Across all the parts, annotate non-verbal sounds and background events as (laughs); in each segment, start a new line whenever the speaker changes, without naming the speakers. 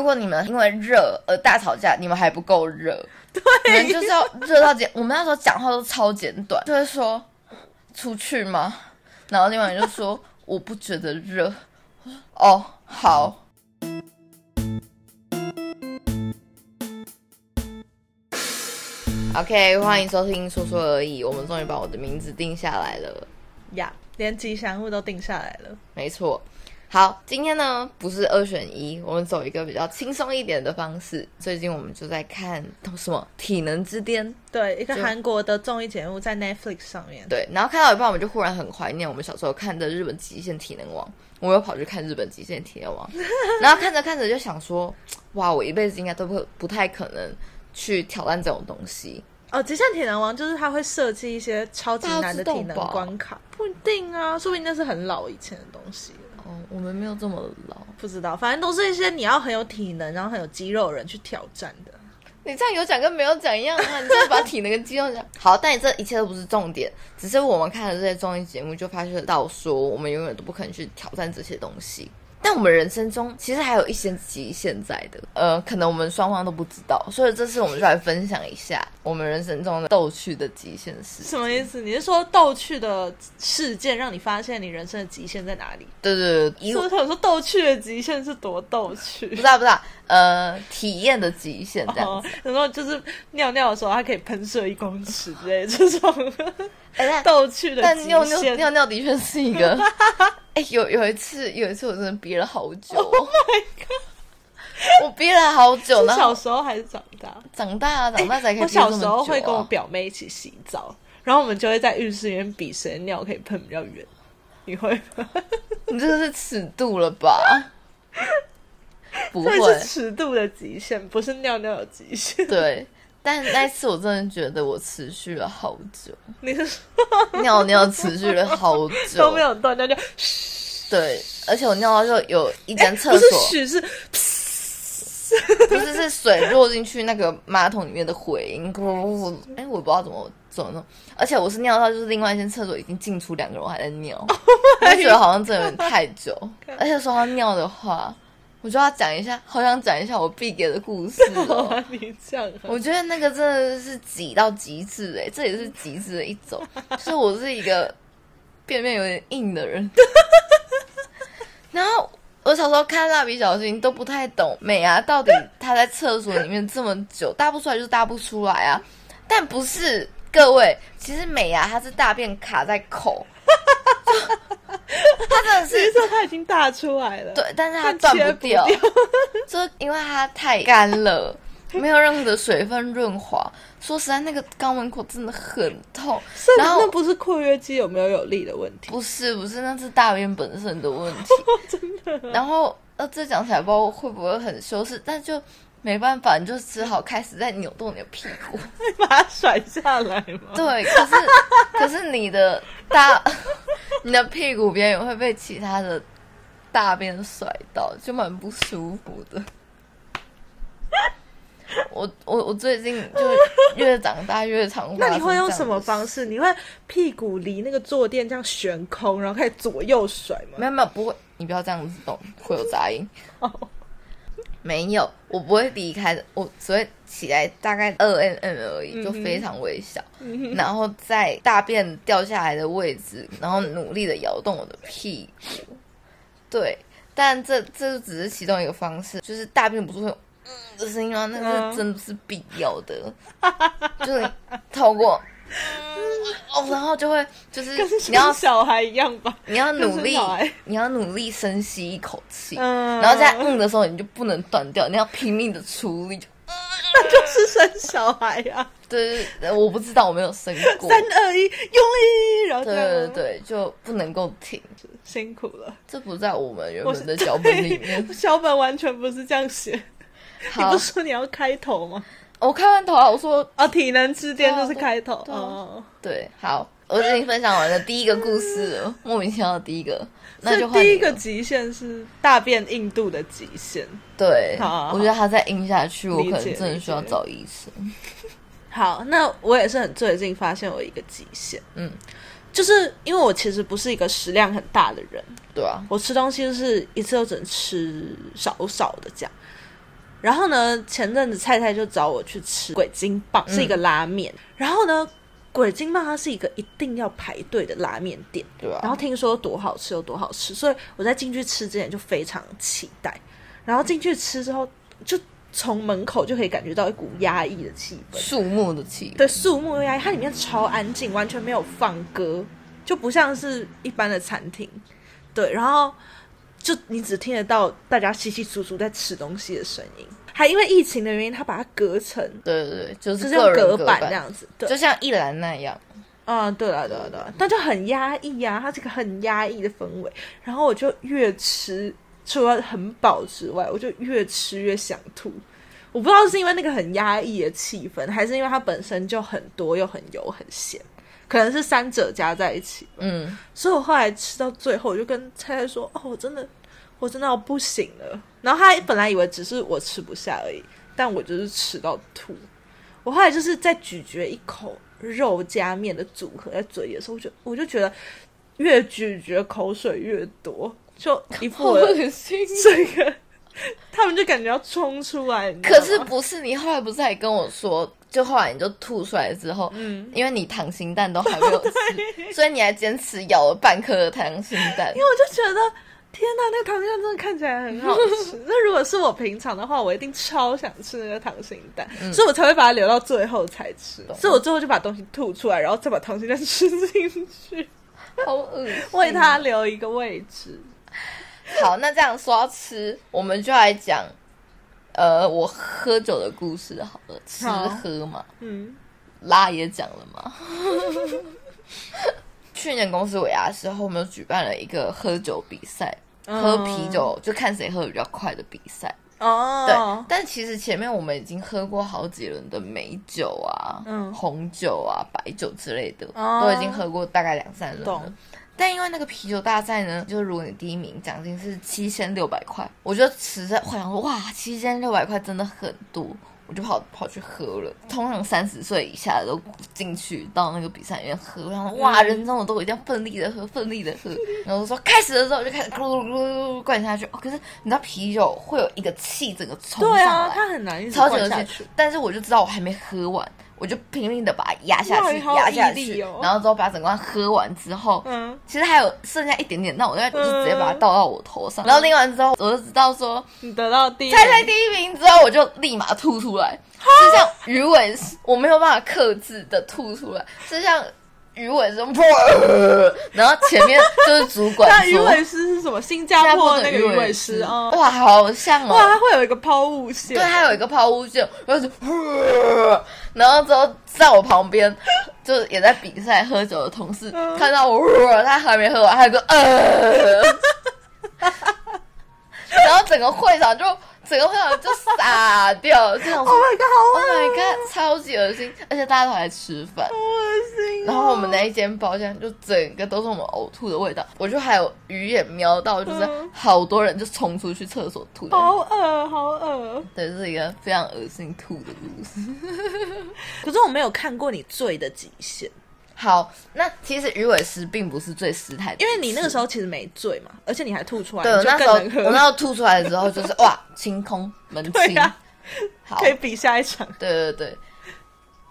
果你们因为热而大吵架，你们还不够热，
(laughs)
你们
对，
就是要热到简。我们那时候讲话都超简短，就会说出去吗？然后另外一个人就说我不觉得热。我说哦，好。OK，欢迎收听《说说而已》，我们终于把我的名字定下来了。
呀，连吉祥物都定下来了。
没错。好，今天呢不是二选一，我们走一个比较轻松一点的方式。最近我们就在看什么《体能之巅》，
对，一个
就
韩国的综艺节目在 Netflix 上面。
对，然后看到一半我们就忽然很怀念我们小时候看的日本极限体能王，我又跑去看日本极限体能王， (laughs) 然后看着看着就想说，哇，我一辈子应该都不不太可能去挑战这种东西，
哦，极限体能王就是他会设计一些超级难的体能关卡，不一定啊，说不定那是很老以前的东西了，
哦，我们没有这么老。
不知道，反正都是一些你要很有体能，然后很有肌肉的人去挑战的。
你这样有奖跟没有奖一样啊！你就是把体能跟肌肉讲好，但你这一切都不是重点，只是我们看了这些综艺节目，就发现到说我们永远都不可能去挑战这些东西。但我们人生中其实还有一些极限在的，呃，可能我们双方都不知道，所以这次我们就来分享一下我们人生中的逗趣的极限事。
什么意思？你是说逗趣的事件让你发现你人生的极限在哪里？
对对对，以
我
不
想说逗趣的极限是多逗趣
知？道不知道，呃，体验的极限 (laughs) 这样
哦
子。，
然后就是尿尿的时候，它可以喷射一公尺之类的这种
哎、但
逗趣的
但
极
尿尿
限。
尿尿的确是一
(laughs)
个，哎、有有一次有一次我真的憋了好久、哦
Oh
我憋了好久，
是
然
小
后
时候还是长大？
长大啊长大才可以、
哎
憋
我
这
小
么
时
久
候
啊
会跟我表妹一起洗澡，然后我们就会在浴室里面比谁尿可以喷比较远。你会吗？
你这个是尺度了吧？不会，
这是尺度的极限，不是尿尿的
(laughs)
极限。
对。但那一次我真的觉得我持续了好久，
你是说
尿尿持续了好
都没
久，
有断尿就嘘，
对，而且我尿到就有一间厕
哎不是
所，
嘘是
不是是水落进去那个马桶里面的回音，咕噜噜噜哎、我不知道怎么怎么弄，而且我是尿到就是另外一间厕所已经进出两个人，我还在尿，我就觉得好像真的有点太久。而且说到尿的话，我就要讲一下，好想讲一下我必给的故事
(laughs) 我
哦。
把你这样 (laughs) 啊。
我觉得那个真的是挤到极致哎、这也是极致的一种。就是我是一个便便有点硬的人，然后我小时候看蜡笔小新都不太懂美啊，到底她在厕所里面这么久大不出来就是大不出来啊，但不是各位，其实美啊她是大便卡在口，她真的
其实
是。
它已经大出来了，
对，但是她
但
断
切
不
不
掉， (laughs) 就是因为它太干了，没有任何的水分润滑。说实在，那个肛门口真的很痛。
是
然后
那不是括约肌有没有有力的问题。 (laughs)
不是不是，那是大便本身的问 (laughs) 题。哦真的。然后呃，这讲起来不知道会不会很羞耻，但就没办法，你就只好开始在扭动你的屁股。
把它甩下来 (laughs) 吗？
对，可是可是你的大你的屁股边也会被其他的大便甩到，就蛮不舒服
(laughs)
的。我我我最近就越长大越常发生这
那
样的事。
你会用什么方式？你会屁股离那个坐垫这样悬空，然后开始左右甩
没
吗？哦
有没有，不会，你不要这样子动，会有杂音。没有，我不会离开的，我只会起来大概二 mm 而
嗯
已，就非常微小。然后在大便掉下来的位置，然后努力的摇动我的屁股。对，但这这只是其中一个方式，就是大便不是会有嗯的声音吗？那个
嗯
是真的是必要
(laughs)
的，就是透过。嗯哦，然后就会就是
跟
你要
生小孩一样
(laughs)
吧？ (laughs)
你要努
跟生
力
小孩，
你要努力深吸一口气，
哎嗯
然后在嗯的时候你就不能断掉，你要拼命的出力。
那就是生小孩啊！
对对对，我不知道，我没有生过。
(laughs) 三二一，用力！然后这
对
样
对对，就不能够停，
辛苦了。
这不在我们原
我
本的脚本里面。
对小本完全不是这样写。你
好
不，是说你要开头吗？
我开完头啊，我说
哦，体能之巅
对啊
就是开头。
对啊
哦，
对，好，我已经分享完了第一个故事了，莫名其妙的第一个，那就
这
换
第
你
一个
了
极限是大便硬度的极限。
对，
好好好
我觉得他再硬下去，我可
理
能
解
真的需要
理解
找医生。
好，那我也是很最近发现我一个极限，
嗯，
就是因为我其实不是一个食量很大的人，
对啊，
我吃东西就是一次就只能吃少少的这样。然后呢，前阵子菜菜就找我去吃鬼金棒，是一个拉面。然后呢，鬼金棒它是一个一定要排队的拉面店。
对
然
啊，
后听说多好吃有多好吃，所以我在进去吃之前就非常期待。然后进去吃之后，就从门口就可以感觉到一股压抑的气氛。
树木的气
对，树木压抑，它里面超安静，完全没有放歌，就不像是一般的餐厅。对，然后就你只听得到大家稀稀疏疏在吃东西的声音，还因为疫情的原因，它把它隔成
对对对，就
就是是用
个人
隔
隔
板这，样子。对，
就像一兰那样。
啊，对了，对了，对了，但就很压抑啊，它是个很压抑的氛围。然后我就越吃，除了很饱之外，我就越吃越想吐。我不知道是因为那个很压抑的气氛，还是因为它本身就很多又很油很咸，可能是三者加在一起。
嗯，
所以我后来吃到最后，我就跟菜菜说：“哦，我真的，我真的要不行了。”然后他本来以为只是我吃不下而已，但我就是吃到吐。我后来就是在咀嚼一口肉加面的组合在嘴里的时候，我就我就觉得越咀嚼口水越多，就一副
好
我的
恶心。啊
这个，他们就感觉要冲出来。你知道
可是
(laughs) 吗
不是你后来不是还跟我说，就后来你就吐出来之后，
嗯，
因为你溏心蛋都还没
(laughs)
有吃，所以你还坚持咬了半颗的溏心
(laughs)
蛋。
因为我就觉得，天呐，那个溏心蛋真的看起来很好
(laughs)
吃。那如果是我平常的话，我一定超想吃那个溏心蛋，所以我才会把它留到最后才吃。
嗯懂
所以我最后就把东西吐出来，然后再把溏心蛋 (laughs) 吃进去，
好恶心。
为它
嗯
留一个位置。
好，那这样说到吃，我们就来讲，呃，我喝酒的故事好了，吃
好
喝嘛，
嗯
拉也讲了
(laughs)
嘛。去年公司尾牙的时候，我们有举办了一个喝酒比赛，喝
嗯
啤酒就看谁喝得比较快的比赛。对
哦，，
但其实前面我们已经喝过好几轮的美酒啊、
嗯
红酒啊、白酒之类的，
哦
都已经喝过大概两三轮了
懂。
但因为那个啤酒大赛呢，就是如果你第一名，奖金是七千六百块，我就实在幻想说，哇，七千六百块真的很多，我就跑跑去喝了。通常三十岁以下的都进去到那个比赛里面喝，我想说，哇，
嗯
人生我都一定要奋力的喝，奋力的喝。然后说开始的时候我就开始咕噜咕噜咕噜灌下去，哦，可是你知道啤酒会有一个气整个冲
对
上
啊，
来，
它很难一直
超级
灌
有
下
趣
去。。
但是我就知道我还没喝完，我就拼命的把它压下
哇
去，
你好有
压下
毅
去，
力哦
然后之后把整罐喝完之后。
嗯，
其实还有剩下一点点，那我那我就直接把它
嗯
倒到我头上，然后拎完之后，我就知道说
你得到第一名，
猜猜第一名之后，我就立马吐出来，就像鱼尾，我没有办法克制的吐出来，是像鱼尾这种，然后前面就是主管
那 (laughs)
说，
鱼尾狮是什么？新加坡的那个鱼尾狮哦，
哇，好像哦，
哇，它会有一个抛物线，
对，啊它有一个抛物线，然后就， (laughs) 然后之后在我旁边，就是也在比赛喝酒的同事
嗯
看到我， (laughs) 他还没喝完，他就呃，
(laughs)
然后整个会场就整个会场就傻掉，这
(laughs)
样
Oh my god，好
Oh my god，超级恶心，而且大家都还吃饭。
恶心、哦。
，Oh 然后我们那一间包厢就整个都是我们呕吐的味道，我就还有鱼眼瞄到，就是
嗯哦
好多人就冲出去厕所吐的，
好恶，好恶。
对，这是一个非常恶心吐的故事。
可是我没有看过你醉的极限，
好，那其实鱼尾狮并不是最失态的，
因为你那个时候其实没醉嘛，而且你还吐出来，
对
你
我
就
那时
更
候
能
我那时
喝。
候吐出来的时候就是 (laughs) 哇，清空门
对
清，
(laughs) 呀、
好，
可以
对
比下一
(laughs)
场。
对对。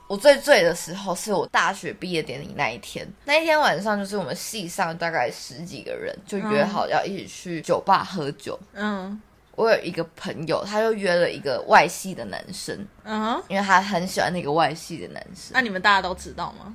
我最醉的时候是我大学毕业典礼那一天，那一天晚上就是我们系上大概十几个人就约好要一起去酒吧喝酒，
嗯
我有一个朋友，他就约了一个外系的男生，
嗯，
因为他很喜欢那个外系的男生。
那你们大家都知道吗？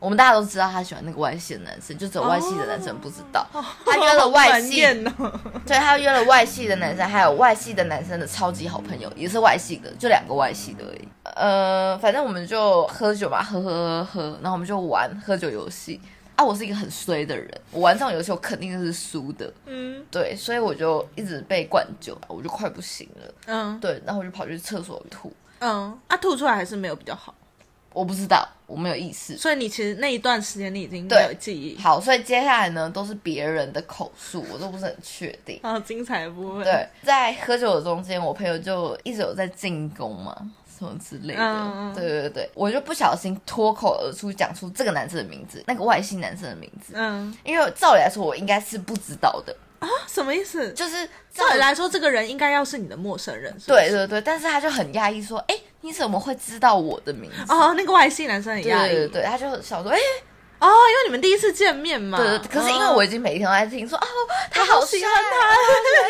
我们大家都知道他喜欢那个外系的男生，就只有外系的男生不知道。 (laughs) 他约
好
了外
难
系，
念哦。
(laughs) 对他约了外系的男生，还有外系的男生的超级好朋友，也是外系的，就两个外系的而已。呃，反正我们就喝酒嘛，喝喝喝喝，然后我们就玩喝酒游戏。啊，我是一个很衰的人，我玩这种游戏我肯定是输的，
嗯
对，所以我就一直被灌酒，我就快不行了。
嗯
对，然后我就跑去厕所吐，
嗯，啊，吐出来还是没有比较好。
我不知道，我没有意识。
所以你其实那一段时间你已经没有记忆。
好，所以接下来呢都是别人的口述，我都不是很确定。
啊，精彩的部分。，
对，在喝酒的中间，我朋友就一直有在进攻嘛，什么之类的。
嗯嗯
对对对，我就不小心脱口而出讲出这个男生的名字，那个外星男生的名字，
嗯
因为照理来说我应该是不知道的，
啊，什么意思？
就是
照理来说，这个人应该要是你的陌生人。是不是
对对对，但是他就很压抑，说：“哎，你怎么会知道我的名字？”
哦，那个外星男生很
对
压
对
抑。
对对，他就想说：“哎，
哦，因为你们第一次见面嘛。
对对。”可是因为
哦
我已经每一天都在听，说：“哦，他
好
好
喜
喜
欢
欢
他
他，他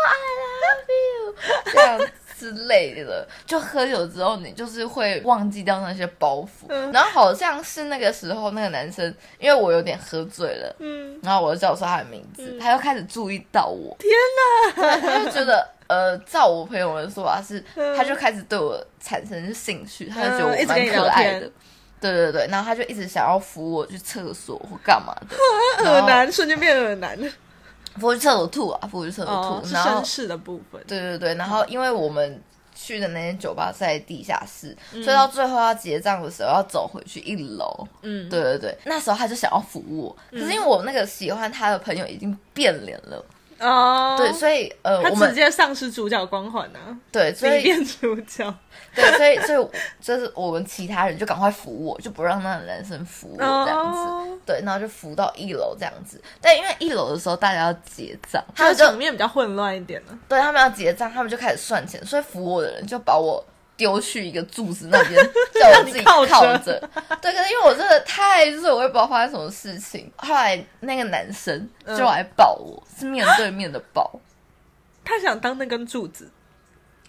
叉叉叉，哦，I love you，这样之类的。”就喝酒之后，你就是会忘记掉那些包袱。
嗯
然后好像是那个时候，那个男生因为我有点喝醉了，
(laughs) 嗯，
然后我就叫出他的名字，他又开始注意到我。天哪！他就觉得，呃，照我朋友的说法是，
嗯
他就开始对我产生兴趣，他就觉得
嗯
我
一直跟
蛮
你
可
聊
爱的
天。
对对对，然后他就一直想要扶我去厕所或干嘛的，
(laughs) 耳男瞬间变耳男。
扶我去厕所吐啊，扶我去厕所
(laughs) 哦，
吐。
是
然后
绅士的部分。
对对对，然后因为我们去的那间酒吧在地下室，所以到最后要结账的时候要走回去一楼。
嗯，
对对对，那时候他就想要扶我，可是因为我那个喜欢他的朋友已经变脸了，
哦，
对，所以呃，我
他直
们
接丧失主角光环啊，
对，
自
所
己
以
变主
(laughs)
角。
对，所以所以就是我们其他人就赶快扶我，就不让那个男生扶我这样子。
哦，
对，然后就扶到一楼这样子，但因为一楼的时候大家要结账，他
他的
们就
场面比较混乱一点呢。
对他们要结账，他们就开始算钱，所以扶我的人就把我丢去一个柱子那
(laughs)
边，叫我自己
让
靠
你靠着
着。对，可是因为我真的太热，我也不知道发生什么事情。后来那个男生
嗯
就来抱我，是面对面的抱，
他想当那根柱子，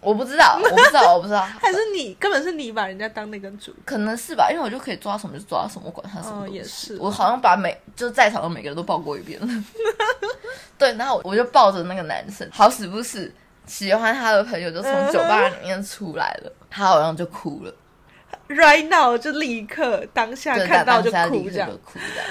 我不知道，我不知道，我不知道，
还是你根本是你把人家当那根柱子？
可能是吧，因为我就可以抓什么就抓什么，我管他什么
哦
东西、
也是
我好像把每就在场的每个人都抱过一遍了。对，然后我就抱着那个男生，好死不死，喜欢他的朋友就从酒吧里面出来了，他好像就哭了，
right now 就立刻当下
对，
看到就
当下立
哭
刻
这
就
样。
哭这样。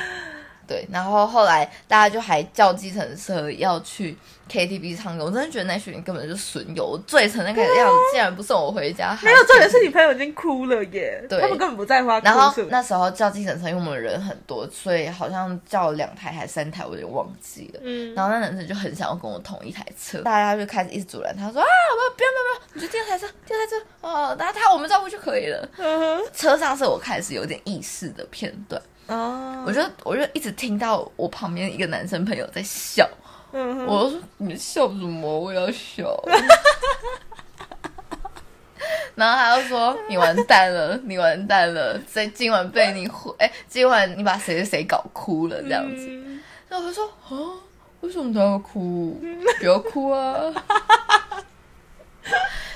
对，然后后来大家就还叫计程车要去 KTV 唱歌，我真的觉得那群人根本就是损友，我醉成那个样子，竟然不送我回家，
没有，重点是你朋友已经哭了耶，
对
他们根本不在乎他
然后
哭什么。
那时候叫计程车，因为我们人很多，所以好像叫两台还三台，我有点忘记了。
嗯，
然后那男生就很想要跟我同一台车，大家就开始一直阻拦他，说啊，不要不要不要不要，你就第二台车，第二台车哦，那他我们照顾就可以了。
嗯
车上是我开始有点意识的片段，
哼哦，
我就我就一直听到我旁边一个男生朋友在笑，
嗯哼，
我就说你笑什么？我也要笑。 (laughs) 然后他就说：“你完蛋了，你完蛋了，这今晚被你毁，哎，今晚你把谁谁谁搞哭了这样子。
嗯
然后我就说：“啊，为什么他要哭？不要哭啊！”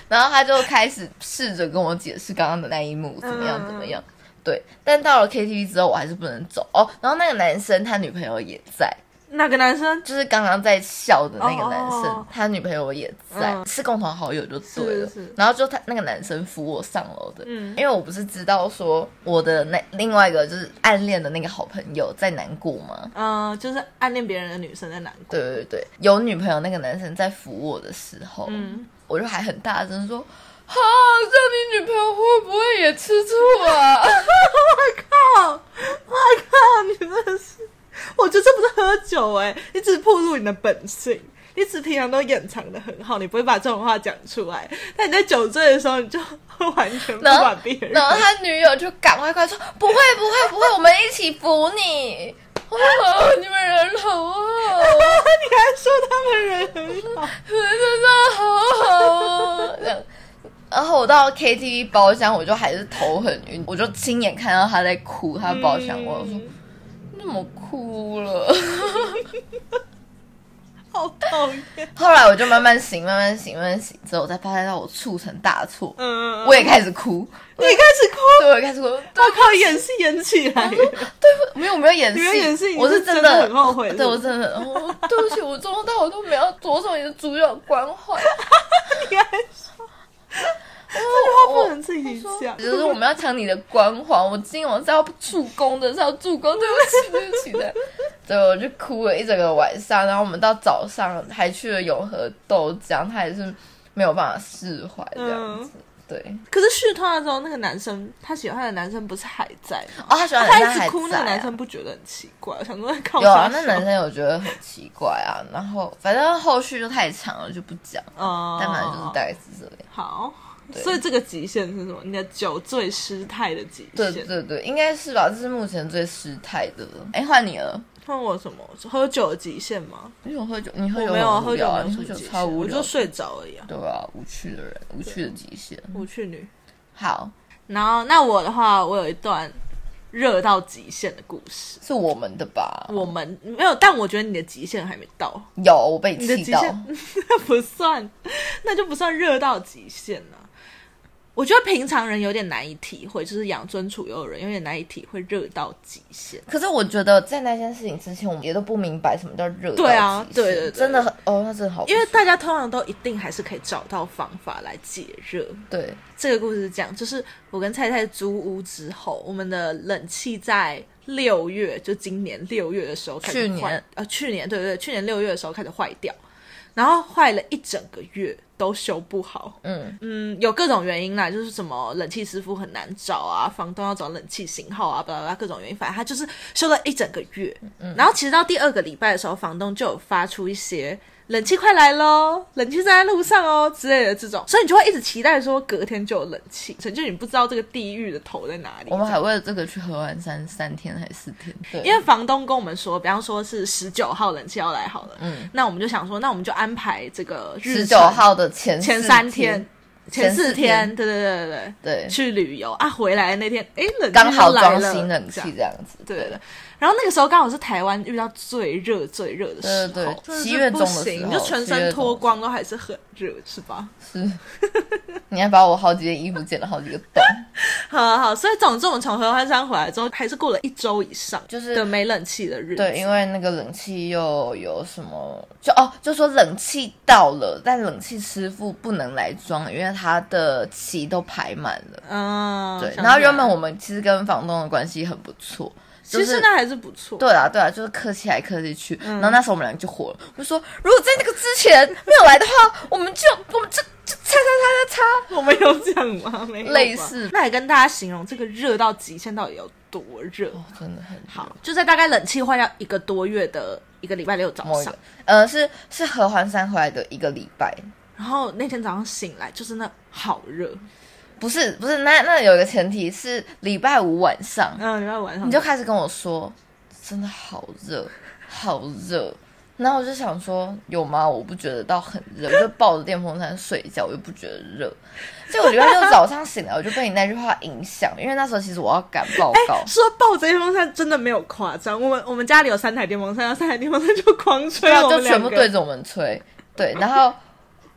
然后他就开始试着跟我解释刚刚的那一幕怎么样
嗯
怎么样。对，但到了 KTV 之后，我还是不能走哦。然后那个男生他女朋友也在，
那个男生
就是刚刚在笑的那个男生
哦
他女朋友也在，
嗯
是共同好友就对了。
是是
然后就他那个男生扶我上楼的，
嗯
因为我不是知道说我的那另外一个就是暗恋的那个好朋友在难过吗？
嗯、呃就是暗恋别人的女生在难过。
对对对，有女朋友那个男生在扶我的时候，
嗯
我就还很大声说：“哈，这样你女朋友会不会也吃醋啊？” (laughs)
靠！我哦靠！你真的是，我觉得这不是喝酒哎、你只是暴露你的本性，你只平常都掩藏的很好，你不会把这种话讲出来。但你在酒醉的时候，你就完全不
然后
管别 (laughs) 人。
然后他女友就赶快快说：“不会，不会，不会，我们一起扶你。”哦，你们人好啊好，
你还说他们人很好，
你们真的好好哦。这样然后我到 KTV 包厢，我就还是头很晕，我就亲眼看到他在哭，他包厢，我就说
嗯
你怎么哭了？
好讨厌。
后来我就慢慢醒，慢慢醒，慢慢醒，之后我才发现到我促成大错，
嗯，
我也开始哭，
你开始哭，
对，我也开始哭，对
我靠，演戏演起 (laughs) 来了。
没有没有演
你没有
戏，
演戏你
我
是
是真
真的很后悔是
对
不
我
是
真的，哦，对不起，我从头到尾都没有着重你的主角关怀，
你还说
这
话不能自己讲
只是我们要抢你的光环，我今晚是要助攻的，是要助攻，对不起，对不起 (laughs) 的。对，我就哭了一整个晚上，然后我们到早上还去了永和豆浆，他也是没有办法释怀这样子。对，
可是续团的时候，那个男生他喜欢的男生不是还在吗？
哦，他喜欢的
他
男
一
生
直
还
哭，那
在
个男
啊
生不觉得很奇怪？我想说，靠，
有啊，那男生有觉得很奇怪啊，然后反正后续就太长了，就不讲，
哦，
但反正就是大概是这样。
好，
对
所以这个极限是什么？你的酒醉失态的极
对
限。
对对，应该是吧，这是目前最失态的了。哎，换你了，
换我什么？喝酒的极限吗？
你有喝酒？你喝
我
酒
没有
很无
喝酒
聊啊，
没
你
有
喝
什
酒
么极
超
限，
无
我
聊
就，睡着而已啊。
对啊，无趣的人，无趣的极限。
我去女。
好，
然后那我的话，我有一段热到极限的故事。
是我们的吧？
我们没有，但我觉得你的极限还没到，
有，我被
你的
气
极
到。
限那不算， (laughs) 那就不算热到极限了。我觉得平常人有点难以体会，就是养尊处优的人有点难以体会热到极限。
可是我觉得在那件事情之前，我们也都不明白什么叫热到
对啊
极限
对对对
真的很哦，那真的好不舒服，
因为大家通常都一定还是可以找到方法来解热。
对
这个故事是这样，就是我跟菜菜租屋之后，我们的冷气在六月，就今年六月的时候开始坏，
去年
呃去年对对对，去年六月的时候开始坏掉，然后坏了一整个月都修不好。
嗯
嗯，有各种原因啦，就是什么冷气师傅很难找啊，房东要找冷气型号啊，巴拉巴拉各种原因，反正他就是修了一整个月。
嗯
然后其实到第二个礼拜的时候，房东就有发出一些冷气快来喽，冷气正在路上哦之类的这种，所以你就会一直期待说隔天就有冷气，所以就你不知道这个地狱的头在哪里。
我们还为了这个去合完山三天还是四天？对，
因为房东跟我们说，比方说是十九号冷气要来好了，嗯，那我们就想说，那我们就安排这个日
十九
程
号的前
前
四
三天、前
前
四
四
天，
天
对对对对对，
对，
去旅游啊，回来的那天，哎，冷气
刚好
又来
装
了
新冷
这样
气这样子，
对
对
的。然后那个时候刚好是台湾遇到最热最热的时候，
对对对
真是
七月中的时候
不行，你就全身脱光都还是很热，是吧？
是。你还把我好几件衣服剪了好几个洞，
好好好，所以总之我们从合欢山回来之后，还是过了一周以上，
就是
的没冷气的日子。
对，因为那个冷气又有什么，就哦，就说冷气到了，但冷气师傅不能来装，因为他的期都排满了。
嗯，
对，
想
然后
起来
原本我们其实跟房东的关系很不错，就
其
是
实那还嗯是不错。
对啊啦对啦，就是客气来客气去。然后那时候我们俩就火了，我说如果在那个之前没有来的话，我们就我们就就擦擦擦擦
我们有讲吗？没有吧
类似
那也跟大家形容这个热到极限到底有多热。
擦，哦，真的很
好，就在大概冷气坏掉一个多月的一个礼拜六早
某一
上
个，呃，是是合欢山回来的一个礼拜，
然后那天早上醒来就真的好热，
不是不是，那那有一个前提是礼拜五晚上，
嗯，礼拜晚上
你就开始跟我说，真的好热，好热。然后我就想说，有吗？我不觉得到很热，我就抱着电风扇睡觉，我又不觉得热。结果礼拜六早上醒来，我就被你那句话影响，因为那时候其实我要赶报
哎
告，
说抱着电风扇真的没有夸张，我们我们家里有三台电风扇，然后三台电风扇就狂吹
然
啊我
后
们
就全部
两个嗯
对着我们吹。对，然后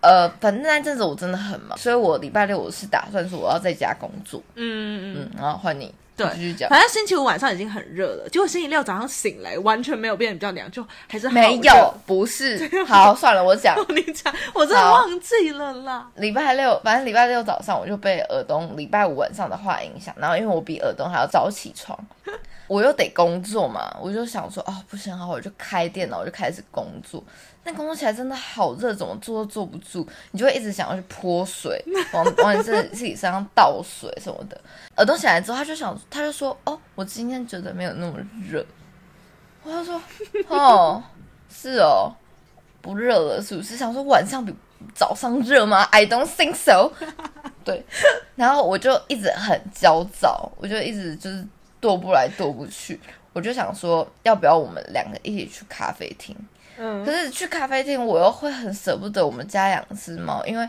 呃，反正那阵子我真的很忙，所以我礼拜六我是打算说我要在家工作。
嗯嗯嗯，
嗯，然后换你，
对
你继续，讲。
反正星期五晚上已经很热了，结果星期六早上醒来完全没有变得比较凉，就还是好热哦
没有，。不是，好，算了，我讲。
你讲，我真的
好
忘记了啦。
礼拜六，反正礼拜六早上我就被尔东礼拜五晚上的话影响，然后因为我比尔东还要早起床，我又得工作嘛，我就想说哦不行，好，我就开电脑，我就开始工作。但工作起来真的好热，怎么坐都坐不住，你就会一直想要去泼水，往往你自己自己身上倒水什么的。尔东醒来之后，他就想，他就说哦，我今天觉得没有那么热。我就说哦，是哦，不热了是不是？想说晚上比早上热吗？I don't think so 。 (laughs) 对，然后我就一直很焦躁，我就一直就是踱不来踱不去，我就想说要不要我们两个一起去咖啡厅？
嗯
可，是去咖啡厅我又会很舍不得我们家两只猫，因为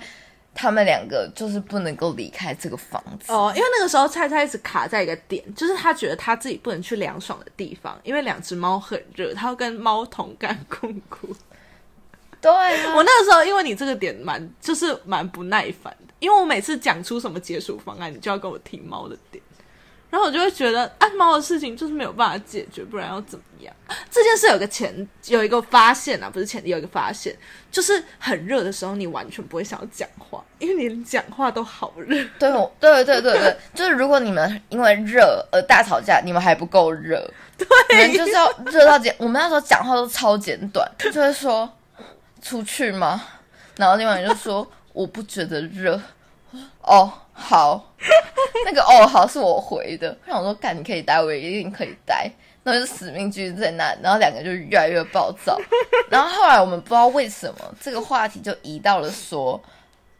他们两个就是不能够离开这个房子。
哦，因为那个时候菜菜一直卡在一个点，就是他觉得他自己不能去凉爽的地方，因为两只猫很热，他要跟猫同甘共苦。
对啊，
我那个时候因为你这个点蛮就是蛮不耐烦的，因为我每次讲出什么解暑方案，你就要跟我提猫的点，然后我就会觉得按猫的事情就是没有办法解决，不然要怎么样？ (laughs) 这件事有个前有一个发现啊，不是前提有一个发现，就是很热的时候你完全不会想要讲话，因为你连讲话都好热。 (laughs)
对，我对对对 (laughs) 对，就是如果你们因为热而大吵架，你们还不够热，对，你们就是要热到简。我们那时候讲话都超简短，就会说出去吗？然后另外一个人就说我不觉得热，我说哦好，那个哦好是我回的，我想说干你可以待，我也一定可以待。然后就死命继续在那，然后两个就越来越暴躁。然后后来我们不知道为什么这个话题就移到了说，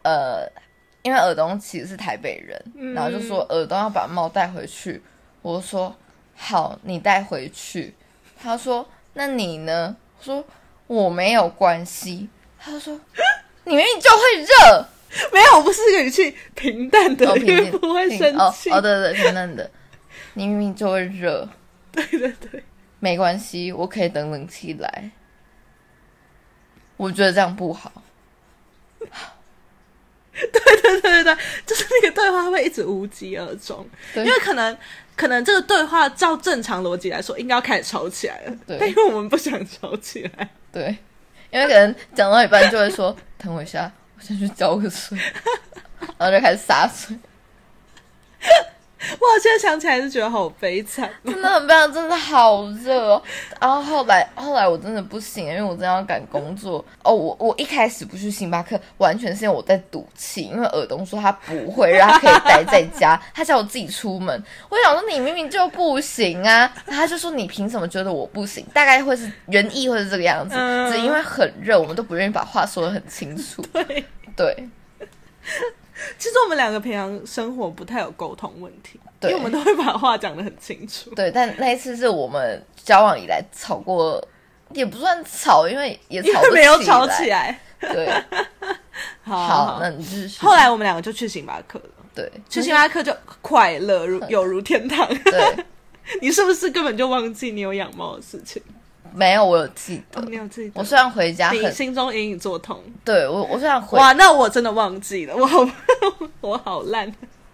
呃，因为尔东其实是台北人，然后就说尔东要把猫带回去，我说好，你带回去。他说那你呢？我说我没有关系。他就说你明明就会热，
没有，我不是这个语气，平淡的
哦，，
因
平
为
静，
不会
平
生
哦
气。
哦，对对，平淡的，你明明就会热，
对对对，
没关系，我可以等冷气来。我觉得这样不好，
对 (laughs) 对对，就是那个对话会一直无疾而终，
对
因为可能可能这个对话照正常逻辑来说应该要开始吵起来了，
对
但因为我们不想吵起来，
对，因为可能讲到一半就会说 (laughs) 等我一下，我先去浇个水，然后就开始洒水，
哇，现在想起来是觉得好悲惨。
真的很棒，真的好热哦。然后后来后来我真的不行，因为我真的要赶工作哦。我我一开始不去星巴克，完全是因为我在赌气，因为尔东说他不会，让他可以待在
(laughs)
家，他叫我自己出门。我想说你明明就不行啊，他就说你凭什么觉得我不行？大概会是原意会是这个样子，
嗯
只因为很热，我们都不愿意把话说得很清楚。
(laughs) 对，
对。
其实我们两个平常生活不太有沟通问题，因
对
为我们都会把话讲得很清楚。
对，但那一次是我们交往以来吵过，也不算吵，因为也
因
吵
为
不
没有吵起
来。
来。
(laughs) 对，
好
好，那你继续。
哦后来我们两个就去星巴克了。
对，
去星巴克就快乐如有如天堂。
(laughs) 对，
你是不是根本就忘记你有养猫的事情？
没有，我有记
哦
得。
你有自己
呃我虽然回家
你
很，
心中隐隐作痛。
对我我虽然回，
哇，那我真的忘记了，我好 (laughs) 我好烂。 (laughs)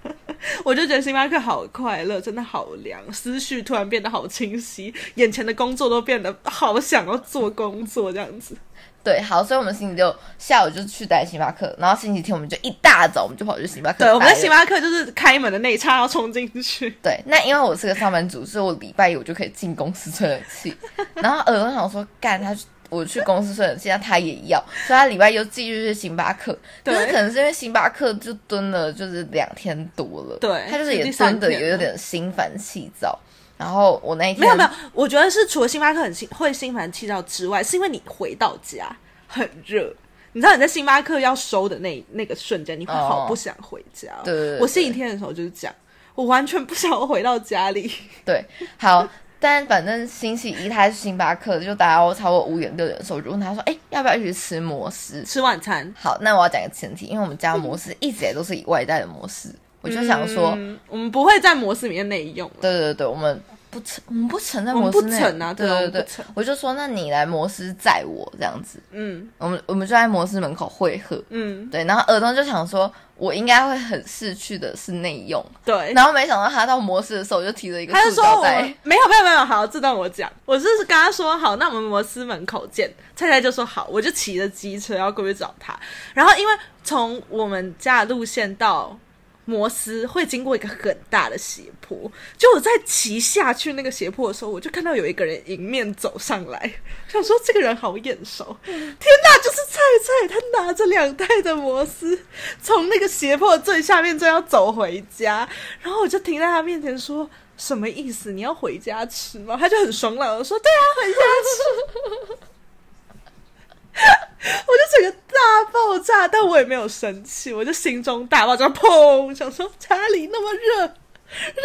我就觉得星巴克好快乐，真的好凉，思绪突然变得好清晰，眼前的工作都变得好想要做工作这样子。
对，好，所以我们星期六下午就去待星巴克，然后星期天我们就一大早我们就跑去星巴克待
对，
了。
我们在星巴克就是开门的那一刹那要冲进去。
对，那因为我是个上班族，所以我礼拜一我就可以进公司吹冷气。 (laughs) 然后耳朵想说，干他去，我去公司吹冷气，那他也要，所以他礼拜一又继续去星巴克。
对
就是可能是因为星巴克就蹲了就是两天多了，
对
他就是
是
也
第三
蹲的
天了
有点心烦气躁。然后我那一天
(laughs) 没有没有，我觉得是除了星巴克很心会心烦气躁之外，是因为你回到家很热。你知道你在星巴克要收的那那个瞬间，你会
哦
好不想回家哦、
对对对
我星期天的时候就是这样，我完全不想要回到家里。
对，好，但反正星期一他去星巴克，就大概差不多五点六点的时候，我就问他说，哎，要不要一起吃摩斯？
吃晚餐，
好，那我要讲个前提，因为我们家的模式一直也都是以外带的模式，我就想说，
嗯，我们不会在摩斯里面内用了。
对对对，我们不承，我们不承认
我
摩
们
斯
不
内
承啊
对
对啊我
对
们
对
不承，
我就说那你来摩斯载我这样子，
嗯
我们我们就在摩斯门口会合，
嗯，
对，然后耳东就想说，我应该会很识趣的是内用，
对。
然后没想到他到摩斯的时候就提了一个
他就
塑
说
胶
我
袋
们，没有没有没有，好，这段我讲，我就是跟他说好，那我们摩斯门口见。菜菜就说好，我就骑着机车要过去找他。然后因为从我们家的路线到摩斯会经过一个很大的斜坡，就我在骑下去那个斜坡的时候，我就看到有一个人迎面走上来，想说这个人好眼熟，天哪，就是菜菜，他拿着两袋的摩斯从那个斜坡的最下面正要走回家，然后我就停在他面前说。什么意思？你要回家吃吗？他就很爽朗的说：“对啊，回家吃。” (laughs) 我就整个大爆炸，但我也没有生气，我就心中大爆炸，砰！想说家里那么热，热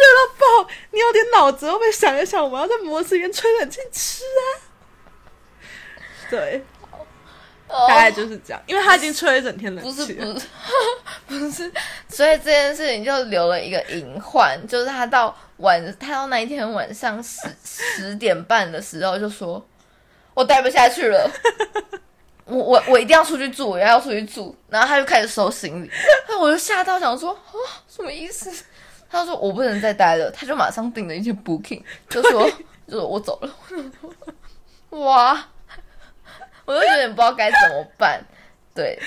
到爆，你有点脑子会不会想一想？我们要在摩斯里面吹冷气吃啊！对，
哦
大概就是这样，因为他已经吹了一整天冷
不是
气了。
不是不是， (laughs) 所以这件事情就留了一个隐患，就是他到晚，他到那一天晚上十十点半的时候就说，我待不下去了，我我我一定要出去住，我要出去住，然后他就开始收行李，然后我就吓到想说啊什么意思？他就说我不能再待了，他就马上订了一些 booking，就说就说我走了， (laughs) 哇，我就有点不知道该怎么办，对。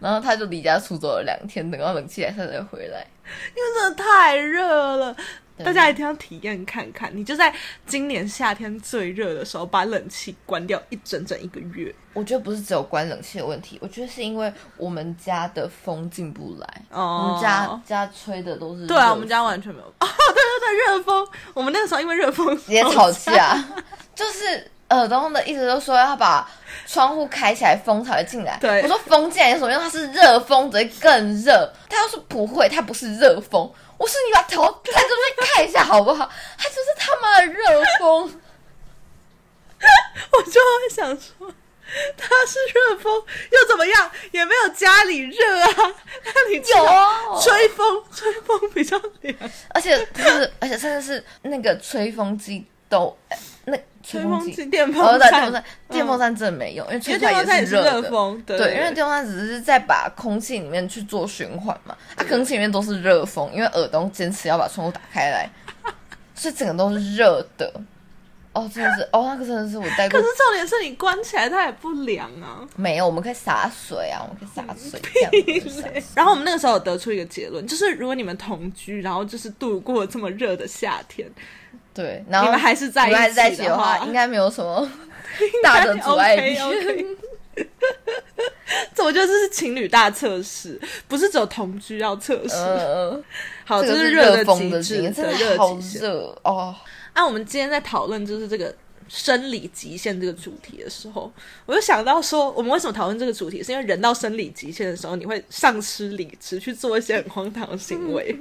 然后他就离家出走了两天，等到冷气来他才回来。
因为真的太热了，
对
大家一定要体验看看。你就在今年夏天最热的时候，把冷气关掉一整整一个月。
我觉得不是只有关冷气的问题，我觉得是因为我们家的风进不来，
哦
我们家家吹的都是
对啊，
热
我们家
(laughs)
完 (laughs) 全没有。哦，对对对，热风，我们那个时候因为热风
直接吵。架，就是耳东的一直都说要把窗户开起来，风才会进来。
对
我说风进来有什么用？它是热风，只会更热。他要说不会，它不是热风。我说你把头探出去看一下好不好？它就是他妈的热风。
(laughs) 我就会想说，他是热风又怎么样？也没有家里热啊，那里
有啊
吹风，吹风比较凉。
而且不是， (laughs) 而且甚至是那个吹风机都，呃那吹
吹
风
风
机
机、。电风
哦，对，电
扇嗯
风扇，，电风扇真的没用，因为
因
吹
为
出
电
来
风扇也是
热的。
热风，对
对，因为电风扇只是在把空气里面去做循环嘛，它、空气里面都是热风，因为耳东坚持要把窗户打开来， (laughs) 所以整个都是热的。哦，真的是，哦，那个真的是我带
可
过
是，重点是你关起来它也不凉啊。
没有，我们可以洒水啊，我们可以洒水，这样可以洒水
然后我们那个时候有得出一个结论，就是如果你们同居，然后就是度过这么热的夏天，
对，然后
你们还是在
你们还是在
一
一
起
起
的
的
话
话，应该没有什么 (laughs) 大
(laughs)
的阻碍力。
OK，OK (laughs) 这我觉得这是情侣大测试，不是只有同居要测试。
嗯，
好，
这个
这
是
热
风
极致
景，真
热
的好
极限。
热哦。
那、啊我们今天在讨论就是这个生理极限这个主题的时候，我就想到说，我们为什么讨论这个主题，是因为人到生理极限的时候，你会丧失理智去做一些很荒唐的行为，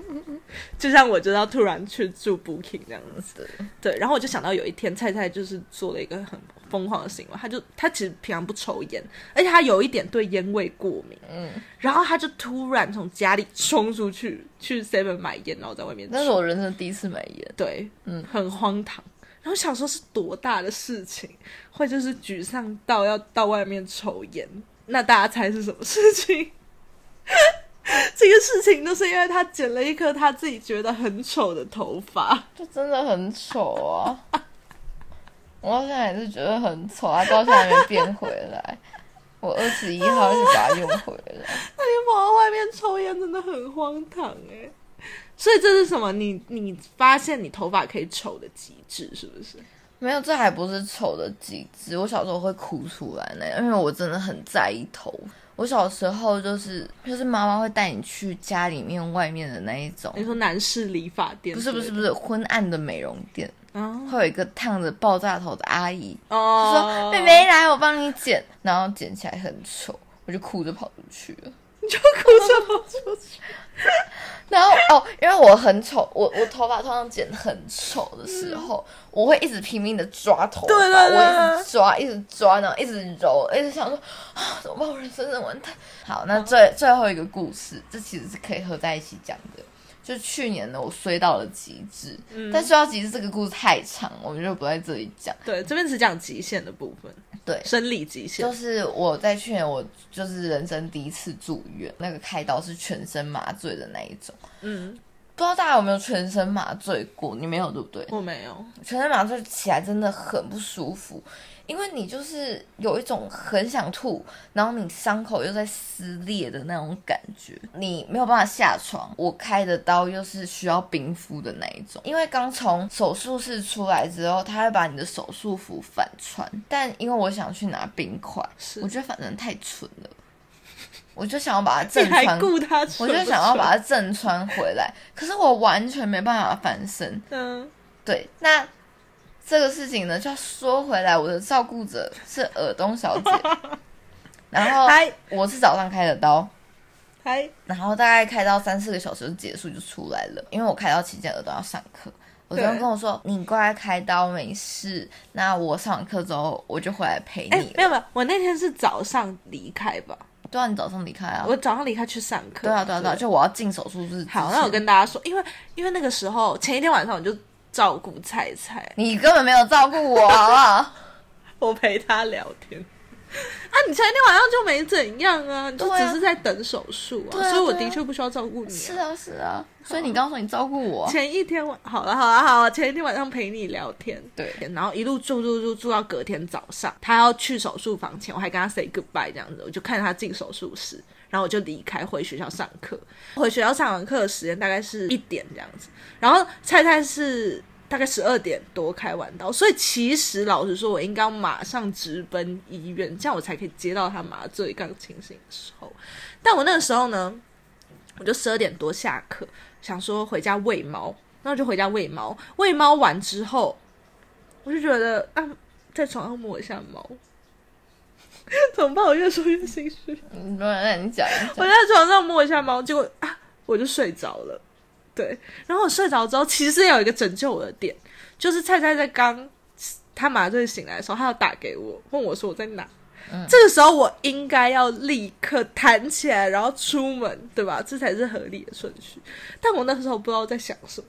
就像我就要突然去住 Booking 这样子。
对
对，然后我就想到有一天菜菜就是做了一个很疯狂的行为，他就他其实平常不抽烟，而且他有一点对烟味过敏，嗯，然后他就突然从家里冲出去去 Seven 买烟，然后在外面
那是
抽，
我人生第一次买烟。
对，嗯，很荒唐。然后想说是多大的事情，会就是沮丧到要到外面抽烟？那大家猜是什么事情？ (laughs) 这个事情就是因为他剪了一颗他自己觉得很丑的头发。哎
就真的很丑啊！我到现在也是觉得很丑啊，到现在还没变回来。 (laughs) 我二十一号就把它用回来，
那你跑到外面抽烟真的很荒唐哎、所以这是什么？你你发现你头发可以丑的极致是不是？
没有，这还不是丑的极致。我小时候会哭出来呢，因为我真的很在意头。我小时候就是就是妈妈会带你去家里面外面的那一种，
你说男士理发店
不是不是不
是
是昏暗的美容店，
啊
会有一个烫着爆炸头的阿姨，就
哦
说：“妹妹来，我帮你剪。”然后剪起来很丑，我就哭着跑出去了。
你就哭着跑出去，
然后哦，因为我很丑，我我头发通常剪很丑的时候，我会一直拼命的抓头发，
嗯对对对
我一直抓，一直抓，然后一直揉，一直想说啊，怎么办？我人生的完蛋。好，
哦
那最、最后一个故事，这其实是可以合在一起讲的。就去年呢，我衰到了极致，
嗯
但衰到极致这个故事太长，我们就不在这里讲。
对，这边只讲极限的部分，
对，
生理极限
就。是我在去年，我就是人生第一次住院，那个开刀是全身麻醉的那一种。
嗯，
不知道大家有没有全身麻醉过？你没有对不对？
我没有，
全身麻醉起来真的很不舒服，因为你就是有一种很想吐，然后你伤口又在撕裂的那种感觉，你没有办法下床。我开的刀又是需要冰敷的那一种，因为刚从手术室出来之后，他会把你的手术服反穿，但因为我想去拿冰块，
是
我觉得反正太蠢了，我就想要把它
(laughs) 你
正
还
穿
顾他蠢
我
不
就想要把
蠢
它正穿回来，可是我完全没办法翻身。
嗯
对，那这个事情呢，就要说回来，我的照顾者是尔东小
(laughs)
姐，然后
嗨
我是早上开的刀，
还
然后大概开到三四个小时就结束就出来了，因为我开刀期间耳朵要上课。我就
对
跟我说，你过来开刀没事，那我上完课之后我就回来陪
哎
你了。
没有没有，我那天是早上离开吧，
对啊，你早上离开啊？
我早上离开去上课。
对啊，对啊，对啊，就我要进手术室之前。
好，那我跟大家说，因为因为那个时候前一天晚上我就照顾菜菜，
你根本没有照顾我，啊好不
(laughs)
好？
我陪她聊天。 (laughs) 啊，你前一天晚上就没怎样啊，你就
对
只
啊
是在等手术啊，
对啊
所以我
对
的
啊
确不需要照顾你、
是啊，是啊，所以你刚刚说你照顾我，啊
前一天晚好了好了好了，前一天晚上陪你聊天，
对
然后一路住住住住到隔天早上，他要去手术房前，我还跟他 say goodbye 这样子，我就看着他进手术室，然后我就离开回学校上课，回学校上完课的时间大概是一点这样子，然后菜菜是。大概十二点多开完刀，所以其实老实说，我应该要马上直奔医院，这样我才可以接到他麻醉刚清醒的时候。但我那个时候呢，我就十二点多下课，想说回家喂猫，然后就回家喂猫。喂猫完之后，我就觉得啊，在床上摸一下猫。怎么办？我越说越心虚。
嗯，不然那你讲一
我
讲
在床上摸一下猫，结果啊，我就睡着了。对，然后我睡着之后，其实有一个拯救我的点，就是菜菜在刚他麻醉醒来的时候，他要打给我，问我说我在哪。这个时候我应该要立刻弹起来，然后出门，对吧？这才是合理的顺序。但我那时候不知道在想什么，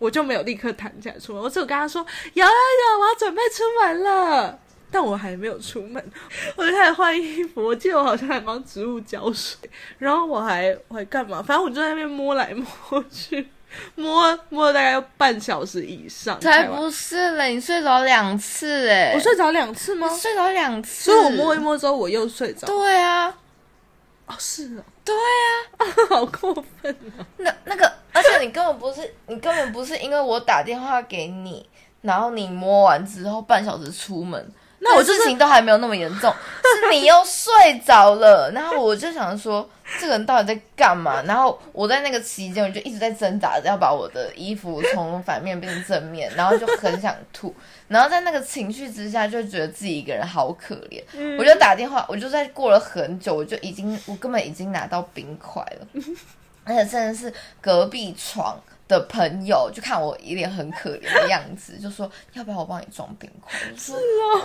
我就没有立刻弹起来出门，我只有跟他说：“有有有，我要准备出门了。”但我还没有出门， (laughs) 我就开始换衣服。我记得我好像还帮植物浇水，然后我还我还干嘛？反正我就在那边摸来摸去，摸摸了大概要半小时以上。
才
完
不是嘞，你睡着两次哎，
我睡着两次吗？
睡着两次，
所以我摸一摸之后我又睡着。
对啊，
哦，是哦，
对啊，
好过分哦！
那那个，而且你根本不是，你根本不是因为我打电话给你，然后你摸完之后半小时出门，
那我
这
就
个
是
事情都还没有那么严 (laughs) 重，是你又睡着了，然后我就想说这个人到底在干嘛？然后我在那个期间我就一直在挣扎着要把我的衣服从反面变成正面，然后就很想吐，然后在那个情绪之下就觉得自己一个人好可怜，
嗯
我就打电话，我就在过了很久，我就已经我根本已经拿到冰块了。而且真的是隔壁床的朋友，就看我一脸很可怜的样子，就说要不要我帮你装冰块？我说，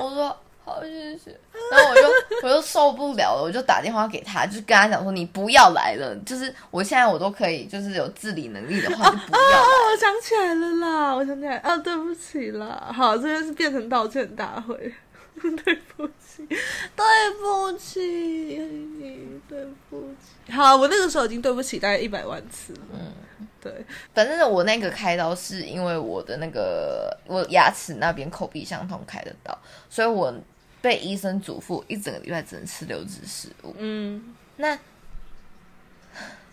我说好谢谢。然后我就我就受不了了，我就打电话给他，就跟他讲说你不要来了，就是我现在我都可以，就是有自理能力的话就不要来。
哦，我想起来了啦，我想起来，啊，对不起啦，好，这就是变成道歉大会， (laughs) 对不起，对不起，对不起。好，我那个时候已经对不起大概一百万次了，嗯，对，
反正我那个开刀是因为我的那个我牙齿那边口鼻相通开的刀，所以我被医生嘱咐一整个礼拜只能吃流质食物。
嗯，
那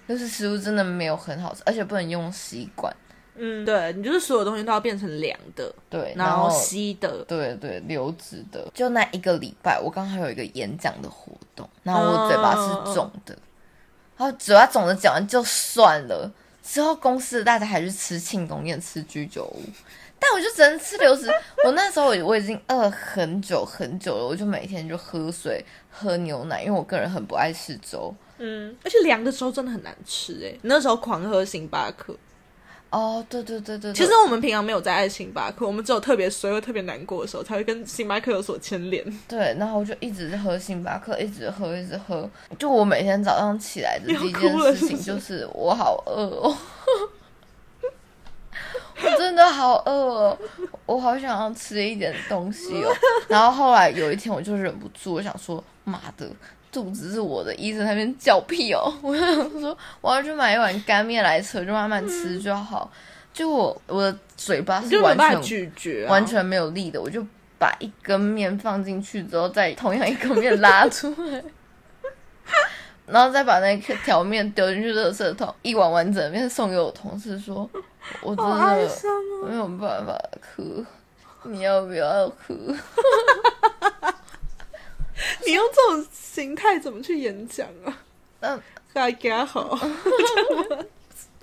流食食物真的没有很好吃，而且不能用吸管。
嗯，对你就是所有东西都要变成凉的，
对，
然
后
后吸的，
对对流质的，就那一个礼拜，我刚好有一个演讲的活动，然后我嘴巴是肿的，然后嘴巴肿的讲完就算了，之后公司大家还去吃庆功宴、吃居酒屋。但我就只能吃流食，我那时候我我已经饿了很久很久了，我就每天就喝水、喝牛奶，因为我个人很不爱吃粥。
嗯，而且凉的时候真的很难吃、欸，哎，那时候狂喝星巴克，
哦，对对对对对，
其实我们平常没有在爱星巴克，我们只有特别衰或特别难过的时候，才会跟星巴克有所牵连。
对，然后我就一直喝星巴克，一直喝，一直喝。就我每天早上起来的
你要
第一件
哭了
事
是
情
不是
就是我好饿哦， (laughs) 我真的好饿哦，我好想要吃一点东
(laughs)
西哦。然后后来有一天我就忍不住，我想说妈的。肚子是我的，医生那边叫屁哦！ (laughs) 我就想说，我要去买一碗干面来吃，我就慢慢吃就好。就我我的嘴巴
嗯你
是
就没
完
办
全
法拒绝、啊，
完全没有力的，我就把一根面放进去之后，再同样一根面拉出来，然后再把那条面丢进去垃圾桶，一碗完整的面送给我同事说，我真
好哀
的
伤哦。
没有办法哭，你要不要哭？
你用这种形态怎么去演讲啊？
嗯，
大家好，
(laughs)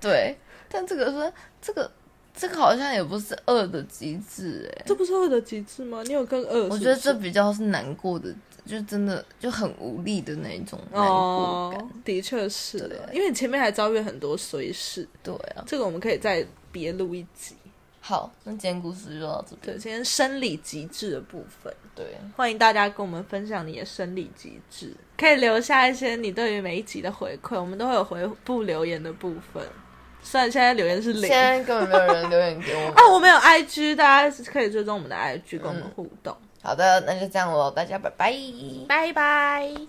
对，但这个是这个这个好像也不是恶的极致哎、
这不是恶的极致吗？你有更恶是不是？
我觉得这比较是难过的，就真的就很无力的那一种难过感。
哦，的确是的，
对
因为你前面还遭遇很多随事，
对啊，
这个我们可以再别录一集。
好，那今天故事就到这边。
对，今天生理极致的部分。
对。
欢迎大家跟我们分享你的生理机制，可以留下一些你对于每一集的回馈，我们都会有回复留言的部分。虽然现在留言是
现
零
在根本没有人留言给我们。 (laughs)
啊，我们有 IG，大家可以
嗯
追踪我们的 IG 跟我们互动。
好的，那就这样喽，大家拜拜。
拜拜。